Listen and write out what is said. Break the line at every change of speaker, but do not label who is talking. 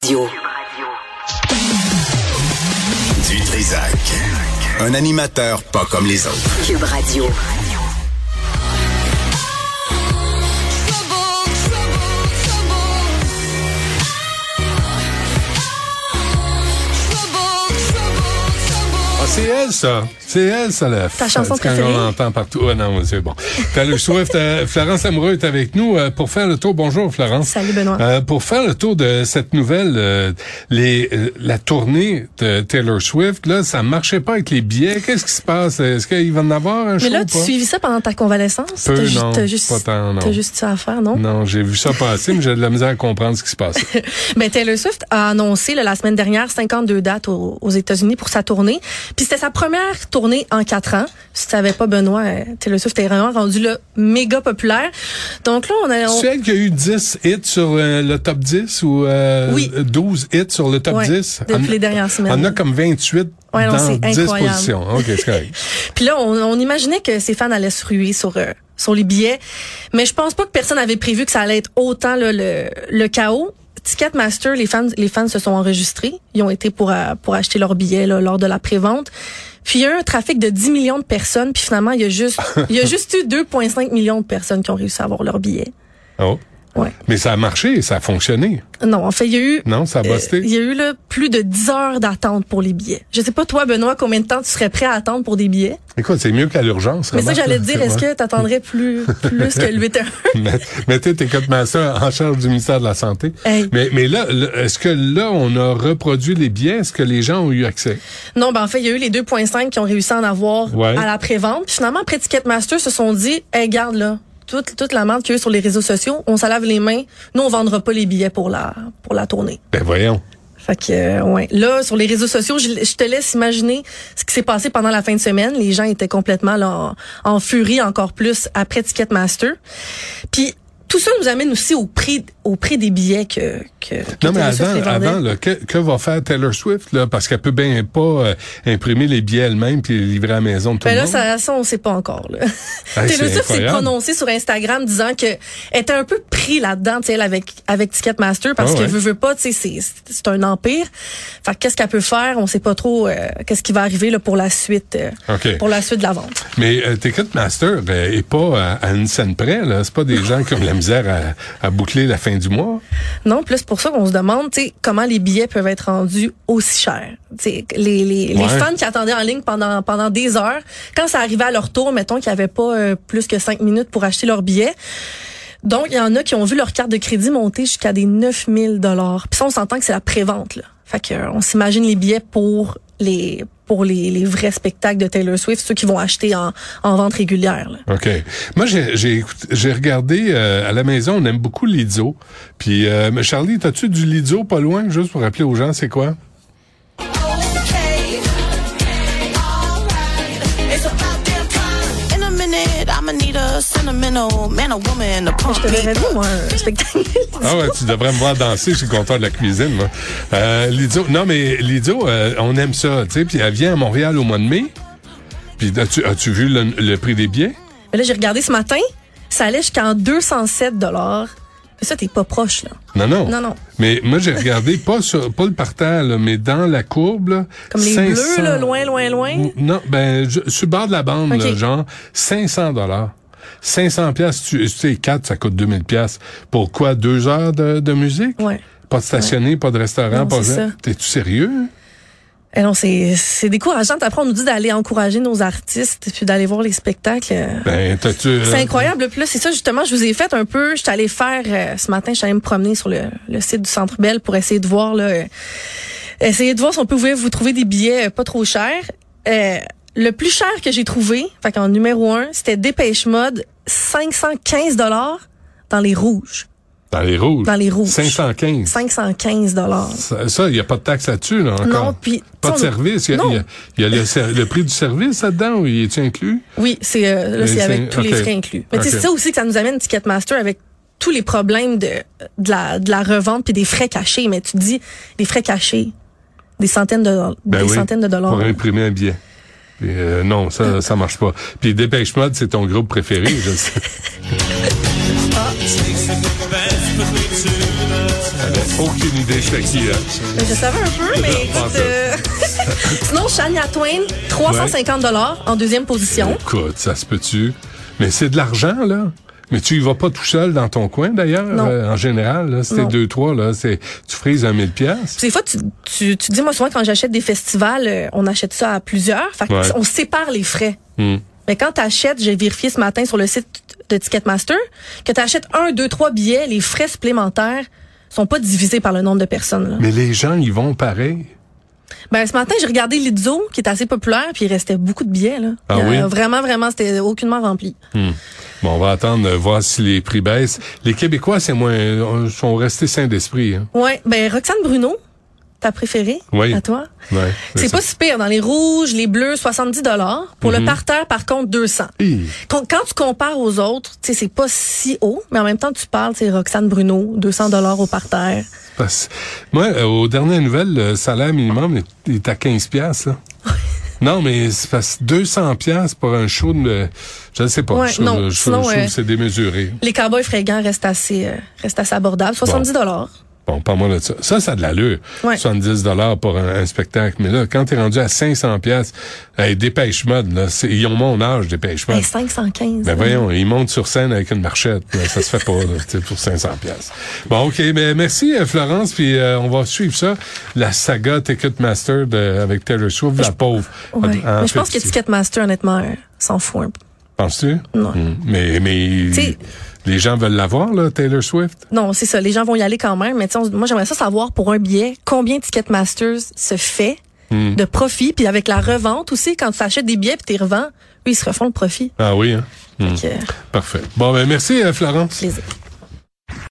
Radio.
Du Trisac. Un animateur pas comme les autres.
Cube Radio.
Ah, c'est elle, ça. C'est elle, ça, la
Ta chanson
quand
préférée?
on l'entend partout. Ah non, mais c'est bon. Taylor Swift, euh, Florence Amoureux est avec nous euh, pour faire le tour. Bonjour, Florence.
Salut, Benoît.
Euh, pour faire le tour de cette nouvelle, euh, les, euh, la tournée de Taylor Swift, là, ça marchait pas avec les billets. Qu'est-ce qui se passe? Est-ce qu'il va en avoir un
Mais
show
là,
ou
tu
pas?
suivis ça pendant ta convalescence?
Peu,
T'as ju-
non,
t'as juste,
pas tant, non.
t'as juste ça à faire, non?
Non, j'ai vu ça passer, mais j'ai de la misère à comprendre ce qui se passe.
Ben, Taylor Swift a annoncé là, la semaine dernière 52 dates au- aux, États-Unis pour sa tournée. Puis c'était sa première tournée en quatre ans. Si tu savais pas, Benoît, euh, Taylor Swift est vraiment rendue là, méga populaire. Donc là, on a... on-
C'est elle qui a eu 10 hits sur euh, le top 10 ou euh,
Oui.
12 hits sur le top
Ouais,
10?
depuis
On-
les dernières semaines.
On a comme 28
Ouais, non,
dans
c'est
10
incroyable.
positions. Ah, OK, c'est correct.
Puis là, on, on imaginait que ses fans allaient se ruer sur euh, sur les billets, mais je pense pas que personne avait prévu que ça allait être autant là, le le chaos. Ticketmaster, les fans les fans se sont enregistrés, ils ont été pour euh, pour acheter leurs billets là, lors de la prévente. Puis il y a eu un trafic de 10 millions de personnes, puis finalement il y a juste il y a juste eu 2.5 millions de personnes qui ont réussi à avoir leurs billets.
Oh.
Ouais.
Mais ça a marché, ça a fonctionné.
Non, en fait, il y a eu
Non, ça a busté.
il Euh, y a eu là, plus de 10 heures d'attente pour les billets. Je sais pas toi Benoît combien de temps tu serais prêt à attendre pour des billets
Écoute, c'est mieux qu'à l'urgence.
Mais ça,
remarque,
j'allais
là,
te dire,
c'est
est-ce
vrai.
que t'attendrais plus, plus que le 8 heures?
Mais- Mettez tes codes en charge du ministère de la Santé.
Hey.
Mais, mais là, le- est-ce que là, on a reproduit les billets? Est-ce que les gens ont eu accès?
Non, ben, en fait, il y a eu les 2.5 qui ont réussi à en avoir
Ouais.
à la pré-vente. Puis finalement, après Ticketmaster, se sont dit, hey, garde, là, toute, toute la merde qu'il y a eu sur les réseaux sociaux, on s'en lave les mains. Nous, on vendra pas les billets pour la, pour la tournée.
Ben voyons.
Fait que, euh, ouais. Là, sur les réseaux sociaux, je, je te laisse imaginer ce qui s'est passé pendant la fin de semaine. Les gens étaient complètement là, en, en furie encore plus après Ticketmaster. Puis, tout ça nous amène aussi au prix, au prix des billets que, que, que
Non, mais
Taylor Swift
avant,
les vendait.
avant là, que, que va faire Taylor Swift? Là, parce qu'elle peut bien pas euh, imprimer les billets elle-même puis les livrer à la maison de tout
Mais
le
Ben là,
monde.
ça, ça, on sait pas encore. Là.
Hey, c'est
Taylor Swift s'est
incroyable.
prononcée sur Instagram disant que elle était un peu pris là-dedans, tu sais, elle, avec avec Ticketmaster parce
Ah ouais.
que veut veut pas, tu sais, c'est c'est un empire. Fait que qu'est-ce qu'elle peut faire On sait pas trop euh, qu'est-ce qui va arriver là pour la suite, euh,
OK.
pour la suite de la vente.
Mais euh, Ticketmaster euh, est pas à, à une scène près. là. C'est pas des gens qui ont de la misère à, à boucler la fin du mois.
Non, plus pour ça qu'on se demande, tu sais, comment les billets peuvent être rendus aussi chers. Tu sais, les, les, les
Ouais.
fans qui attendaient en ligne pendant pendant des heures, quand ça arrivait à leur tour, mettons qu'ils n'avaient pas euh, plus que cinq minutes pour acheter leurs billets. Donc, il y en a qui ont vu leur carte de crédit monter jusqu'à des 9000 dollars. Puis ça, on s'entend que c'est la prévente là. Fait que euh, on s'imagine les billets pour les pour les, les vrais spectacles de Taylor Swift, ceux qui vont acheter en, en vente régulière. Là.
OK. Moi, j'ai j'ai écouté- j'ai regardé euh, à la maison, on aime beaucoup l'IDZO. Puis, euh, mais Charlie, as-tu du l'IDZO pas loin, juste pour rappeler aux gens, c'est quoi?
It's about damn time. In a minute, I'ma need a sentimental man or woman to pump
Je te
me
verrais bien, moi, un spectacle.
Ah ouais, tu devrais me voir danser, je suis content de la cuisine. moi. Euh, Lidio, non, mais Lidio, euh, on aime ça, tu sais. Puis, elle vient à Montréal au mois de mai. Puis, as-tu as vu le, le prix des billets?
Mais là, j'ai regardé ce matin, ça allait jusqu'en 207 dollars. Ça, t'es pas proche, là.
Non, non.
Non, non.
Mais moi, j'ai regardé, pas sur, pas le partant, là, mais dans la courbe, là,
Comme les bleus,
500
là, loin, loin, loin.
Ou- Non, ben, je, sur le bord de la bande, là,
Ok.
genre, 500 dollars. 500 piastres, tu tu sais, 4, ça coûte 2000 piastres. Pourquoi? Deux heures de, de musique?
Ouais.
Pas de stationner, pas de restaurant,
Non,
pas
c'est
rien.
ça.
T'es-tu sérieux?
Eh non, c'est, c'est décourageant. Après, on nous dit d'aller encourager nos artistes puis d'aller voir les spectacles.
Ben, t'as-tu...
C'est incroyable. Puis là, c'est ça, justement, je vous ai fait un peu. Je suis allée faire, euh, ce matin, je suis allée me promener sur le, le site du Centre Bell pour essayer de voir, là, euh, essayer de voir si on pouvait vous trouver des billets euh, pas trop chers. Euh, le plus cher que j'ai trouvé, fait qu'en numéro un, c'était Dépêche Mode, 515 dollars dans les rouges.
Dans les rouges.
Dans les rouges.
515.
515 dollars.
Ça, il n'y a pas de taxe là-dessus, là, encore.
Non, puis,
Pas de
tu sais, on-
service. Il y a,
Non.
y a- y a le, ser- le prix du service là-dedans ou y est-tu inclus?
Oui, c'est euh, là,
Et
c'est
c'est-
avec tous
ok.
les frais inclus. Mais tu sais,
Ok.
c'est ça aussi que ça nous amène Ticketmaster avec tous les problèmes de, de, la, de la revente puis des frais cachés. Mais tu te dis, des frais cachés, des centaines de,
Ben
des
oui,
centaines de dollars.
Pour imprimer un billet. Puis, euh, non, ça, ça marche pas. Puis
Ah.
Dépêche Mode, c'est ton groupe préféré, je sais.
Sneaks a big bad
Elle a aucune idée c'est qui. hein.
Mais Ben, je savais un peu, mais écoute. euh, Sinon, Shania Twain, 350 en deuxième position.
Écoute, ça se peut-tu? Mais c'est de l'argent, là. Mais tu y vas pas tout seul dans ton coin, d'ailleurs,
Non.
euh, en général. Là, c'était
Non.
deux, trois, là. C'est, tu frises un mille piastres.
Puis Des fois, tu, tu, tu dis, moi, souvent, quand j'achète des festivals, euh, on achète ça à plusieurs. Fait que
Ouais.
on sépare les frais.
Hmm.
Mais quand t'achètes, j'ai vérifié ce matin sur le site de Ticketmaster, que t'achètes un, deux, trois billets, les frais supplémentaires sont pas divisés par le nombre de personnes. là.
Mais les gens, ils vont pareil.
Ben, ce matin, j'ai regardé Lizzo, qui est assez populaire, puis il restait beaucoup de billets. Là.
Ah oui?
Vraiment, vraiment, c'était aucunement rempli.
Bon, on va attendre, euh, voir si les prix baissent. Les Québécois, c'est moins, euh, sont restés sains d'esprit. Hein.
Ouais, ben Roxane Bruno, ta préférée
Oui.
à toi.
Ouais,
C'est pas si pire dans les rouges, les bleus, 70 dollars. Pour le parterre, par contre, 200.
Mhm. Hi.
Quand, quand tu compares aux autres, tu sais, c'est pas si haut, mais en même temps, tu parles, c'est Roxane Bruno, 200 dollars au parterre.
Parce- Moi, euh, aux dernières nouvelles, le salaire minimum est, est à 15 piastres, là. Non, mais c'est parce que 200 piastres pour un show de... Je ne sais pas.
Ouais,
je,
non,
je- je
sinon,
trouve
euh,
que c'est démesuré.
Les cowboys fringants restent assez, euh, restent assez abordables, 70 dollars.
Bon, parle-moi de ça. Ça, ça a de l'allure.
Ouais.
70 dollars pour un, un spectacle. Mais là, quand t'es rendu à 500 piastres, hey, dépêche mode, là. c'est- Ils ont mon âge, dépêche mode.
Ben, 515.
Ben
là.
voyons, ils montent sur scène avec une marchette. là, ça se fait pas, là, tu sais, pour 500 pièces. Bon, OK, mais merci euh, Florence, puis euh, on va suivre ça, la saga Ticketmaster de, avec Taylor Swift, la pauvre. Ah,
Ouais.
En
mais je
fait,
pense que
c'est-
Ticketmaster, honnêtement, euh, s'en fout un peu.
Penses-tu?
Non.
Mm. Mais, mais
T'sais-
les gens veulent la voir, là, Taylor Swift?
Non, c'est ça. Les gens vont y aller quand même. Mais tu sais, on- moi, j'aimerais ça savoir pour un billet combien Ticketmaster se fait de profit. Puis avec la revente aussi, quand tu achètes des billets puis tu revends, eux, ils se refont le profit.
Ah oui, hein?
Fait que, euh,
Parfait. Bon, ben merci euh, Florence.
plaisir.